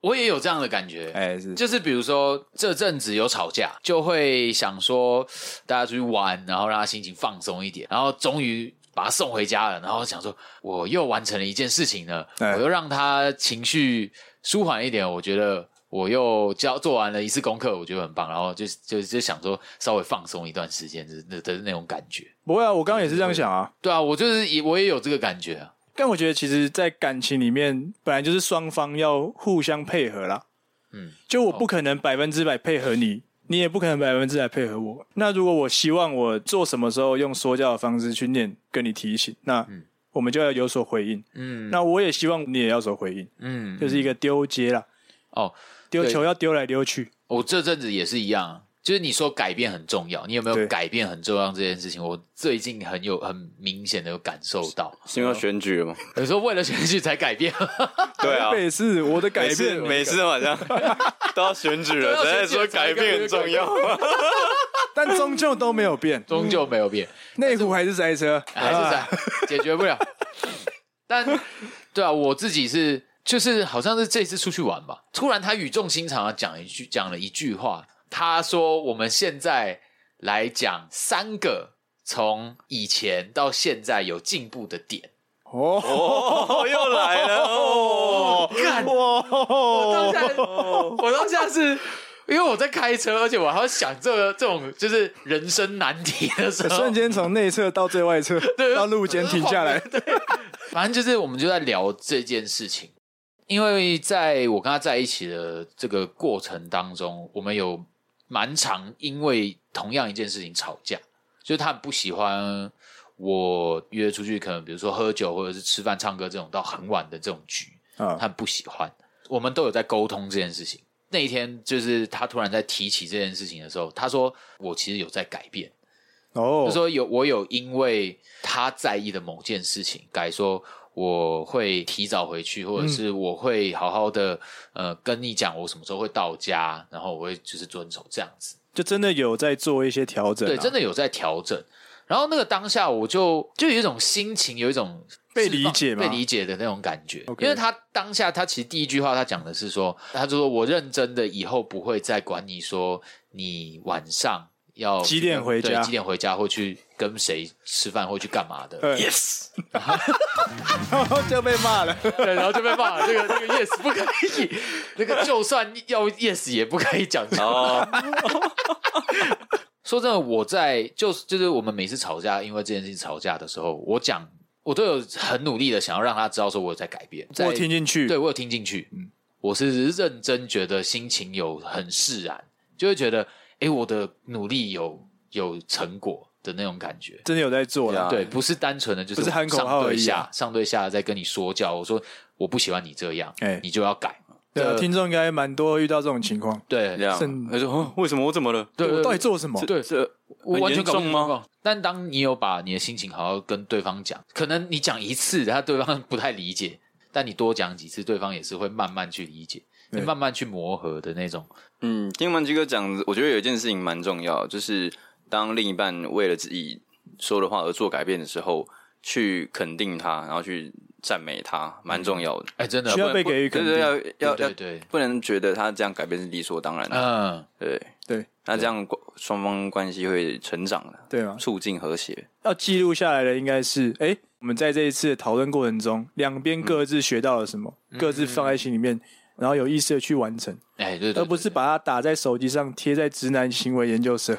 S2: 我也有这样的感”，觉，
S1: 哎，是
S2: 就是比如说这阵子有吵架，就会想说大家出去玩，然后让他心情放松一点，然后终于把他送回家了，然后想说我又完成了一件事情呢，
S1: 哎
S2: 我又让他情绪舒缓一点，我觉得。我又交做完了一次功课，我觉得很棒，然后就就就想说稍微放松一段时间的的的那种感觉。
S1: 不会啊，我刚刚也是这样想啊。
S2: 对啊，我就是也我也有这个感觉啊。
S1: 但我觉得，其实，在感情里面，本来就是双方要互相配合啦。
S2: 嗯
S1: 嗯，就我不可能百分之百配合你，你也不可能百分之百配合我。那如果我希望我做什么时候用说教的方式去念跟你提醒，那我们就要有所回应。
S2: 嗯
S1: 那我也希望你也要有所回应，
S2: 嗯，
S1: 就是一个丢接啦，
S2: 哦，
S1: 丢
S2: 对
S1: 球要丢来丢去。
S2: 我这阵子也是一样，啊就是你说改变很重要，你有没有
S1: 对
S2: 改变很重要这件事情？我最近很有很明显的有感受 到，
S3: 是因为要选举了吗？
S2: 有时候为了选举才改变，
S3: 对啊
S1: 台，北市我的改
S3: 每次
S1: 变，
S3: 每次好像 都要 选 举了，
S2: 都要选
S3: 所以
S2: 举了
S3: 说改变很重要。
S1: 但终究都没有 变，
S2: 终究没有 变，
S1: 内湖还是塞车，啊
S2: 还是
S3: 啊
S2: 在解决不了。但对啊，我自己是就是好像是这次出去玩吧，突然他语重心长的讲一句，讲了一句话，他说我们现在来讲三个从以前到现在有进步的点。
S1: 哦，
S3: 哦，又来了哦，
S2: 干我当下，我当下是因为我在开车，而且我还要想这个这种就是人生难题的 时候，
S1: 瞬间从内侧到最 外侧，到路肩停下来。
S2: 反正就是我们就在聊这件事情。因为在我跟他在一起的这个过程当中，我们有蛮常因为同样一件事情吵架，就是他不喜欢我约出去，可能比如说喝酒或者是吃饭、唱歌这种到很晚的这种局，
S1: 啊
S2: 他不喜欢。我们都有在沟通这件事情。那一天就是他突然在提起这件事情的时候，他说我其实有在改变。
S1: 哦
S2: 就，说有我有因为他在意的某件事情，改说我会提早回去，或者是我会好好的呃跟你讲我什么时候会到家，然后我会就是遵守这样子。
S1: 就真的有在做一些调整啊，
S2: 对，真
S1: 的
S2: 的有在调整。然后那个当下，我就就有一种心情，有一种
S1: 被
S2: 释放
S1: 理解吗
S2: 被理解的那种感觉。因为他当下，他其实第一句话他讲的是说，他就说我认真的，以后不会再管你说你晚上要
S1: 几点回
S2: 对
S1: 家
S2: 几点回家，或去跟谁吃饭，或去干嘛的。
S1: yes，然后 就被骂了。
S2: 对，然后就被骂了。这个 这个 yes 不可以，那个就算要 yes 也不可以讲出来。
S3: 哦，
S2: 说真的，我在就是就是我们每次吵架，因为这件事情吵架的时候，我讲我都有很努力的想要让他知道说我有在改变， 在
S1: 我听进去，嗯
S2: 对我有听进去，我是认真觉得心情有很释然，就会觉得诶，我的努力有有成果的那种感觉。
S1: 真的有在做了。
S3: 啊
S2: 对，不是单纯的就是
S1: 哎不是喊口
S2: 上
S1: 号
S2: 对
S1: 而已啊
S2: 下上对下在跟你说教，我说我不喜欢你这样，
S1: 哎
S2: 你就要改。
S1: 对啊，
S2: 对
S1: 听众应该蛮多遇到这种情况。
S2: 对
S3: 这样
S1: 甚，
S3: 他说哦为什么我怎么了？
S2: 对
S1: 我到底做什么？
S2: 对
S3: 这
S2: 我
S3: 很
S2: 完全
S3: 严
S2: 搞不
S3: 重
S2: 清
S3: 吗？
S2: 楚。但当你有把你的心情好好跟对方讲，可能你讲一次，他对方不太理解，但你多讲几次，对方也是会慢慢去理解，
S1: 对
S2: 慢慢去磨合的那种。
S3: 嗯，听完鸡哥讲，我觉得有一件事情蛮重要，就是当另一半为了自己说的话而做改变的时候，去肯定他，然后去赞美他，蛮重要的。
S2: 哎，真的
S1: 需，要被给予肯
S3: 对
S1: 定
S3: 对，。要要
S2: 对
S3: 要
S2: 对，对，
S3: 不能觉得他这样改变是理所当然的。
S2: 嗯，
S3: 对
S1: 对，
S3: 那这样关双方关系会成长的，
S1: 对吗？
S3: 促进和谐。
S1: 要记录下来的应该是，哎、我们在这一次的讨论过程中，两边各自学到了什么，
S2: 嗯
S1: 各自放在心里面，然后有意识的去完成，
S2: 哎，对，对
S1: 而不是把它打在手机上，贴在直男行为研究 社，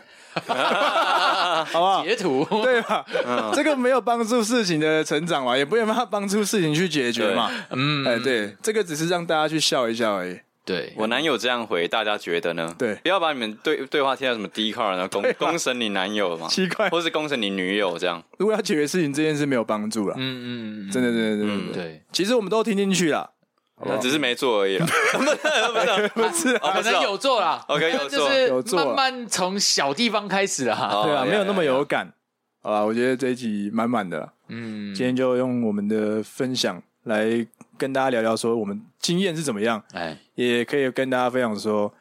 S1: 好不好？
S2: 截图，
S1: 啊 对吧？这个没有帮助事情的成长嘛，也不能帮他帮助事情去解决嘛。
S2: 嗯，
S1: 哎、对，这个只是让大家去笑一笑而已。
S2: 对，
S3: 我男友这样回，大家觉得呢？
S1: 对
S3: 不要把你们对对话贴到什么 d c a r 然后
S1: 啊
S3: 公公审你男友嘛，
S1: 奇怪，
S3: 或是公审你女友这样。
S1: 如果要解决事情这件事没有帮助了，
S2: 嗯嗯嗯，
S1: 真的，真的，真的，真的
S2: 对，
S1: 其实我们都听进去哦了，
S3: 哦那只是没做而 已啦。
S1: 不是啊？
S3: 哦
S2: 可
S3: 不是哦
S2: 能有做啦
S3: OK，有做
S1: 有
S2: 就是
S1: 做
S2: 慢慢从小地方开始啦。
S3: 哦
S1: 对啊，
S3: 呀
S1: 没有那么
S3: 呀
S1: 有感。好啦，我觉得这一集满满的啦。
S2: 嗯，
S1: 今天就用我们的分享来跟大家聊聊，说我们经验是怎么样，
S2: 哎，
S1: 也可以跟大家分享说，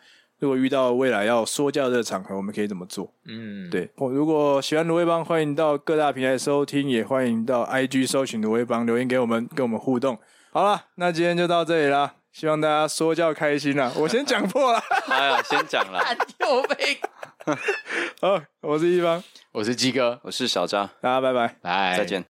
S1: 如果遇到未来要说教的场合，我们可以怎么做。
S2: 嗯，
S1: 对，我、如果喜欢芦苇帮，欢迎到各大平台收听，也欢迎到 IG 搜寻芦苇帮留言给我们，跟我们互动。好了，那今天就到这里啦，希望大家说教开心啦。 我先讲破了，
S3: 哎呀，先讲了，
S2: 看 又被，
S1: 好，我是一方，
S2: 我是鸡哥，
S3: 我是小张，
S1: 大家拜拜。
S2: 来，
S1: 哎
S3: 再见。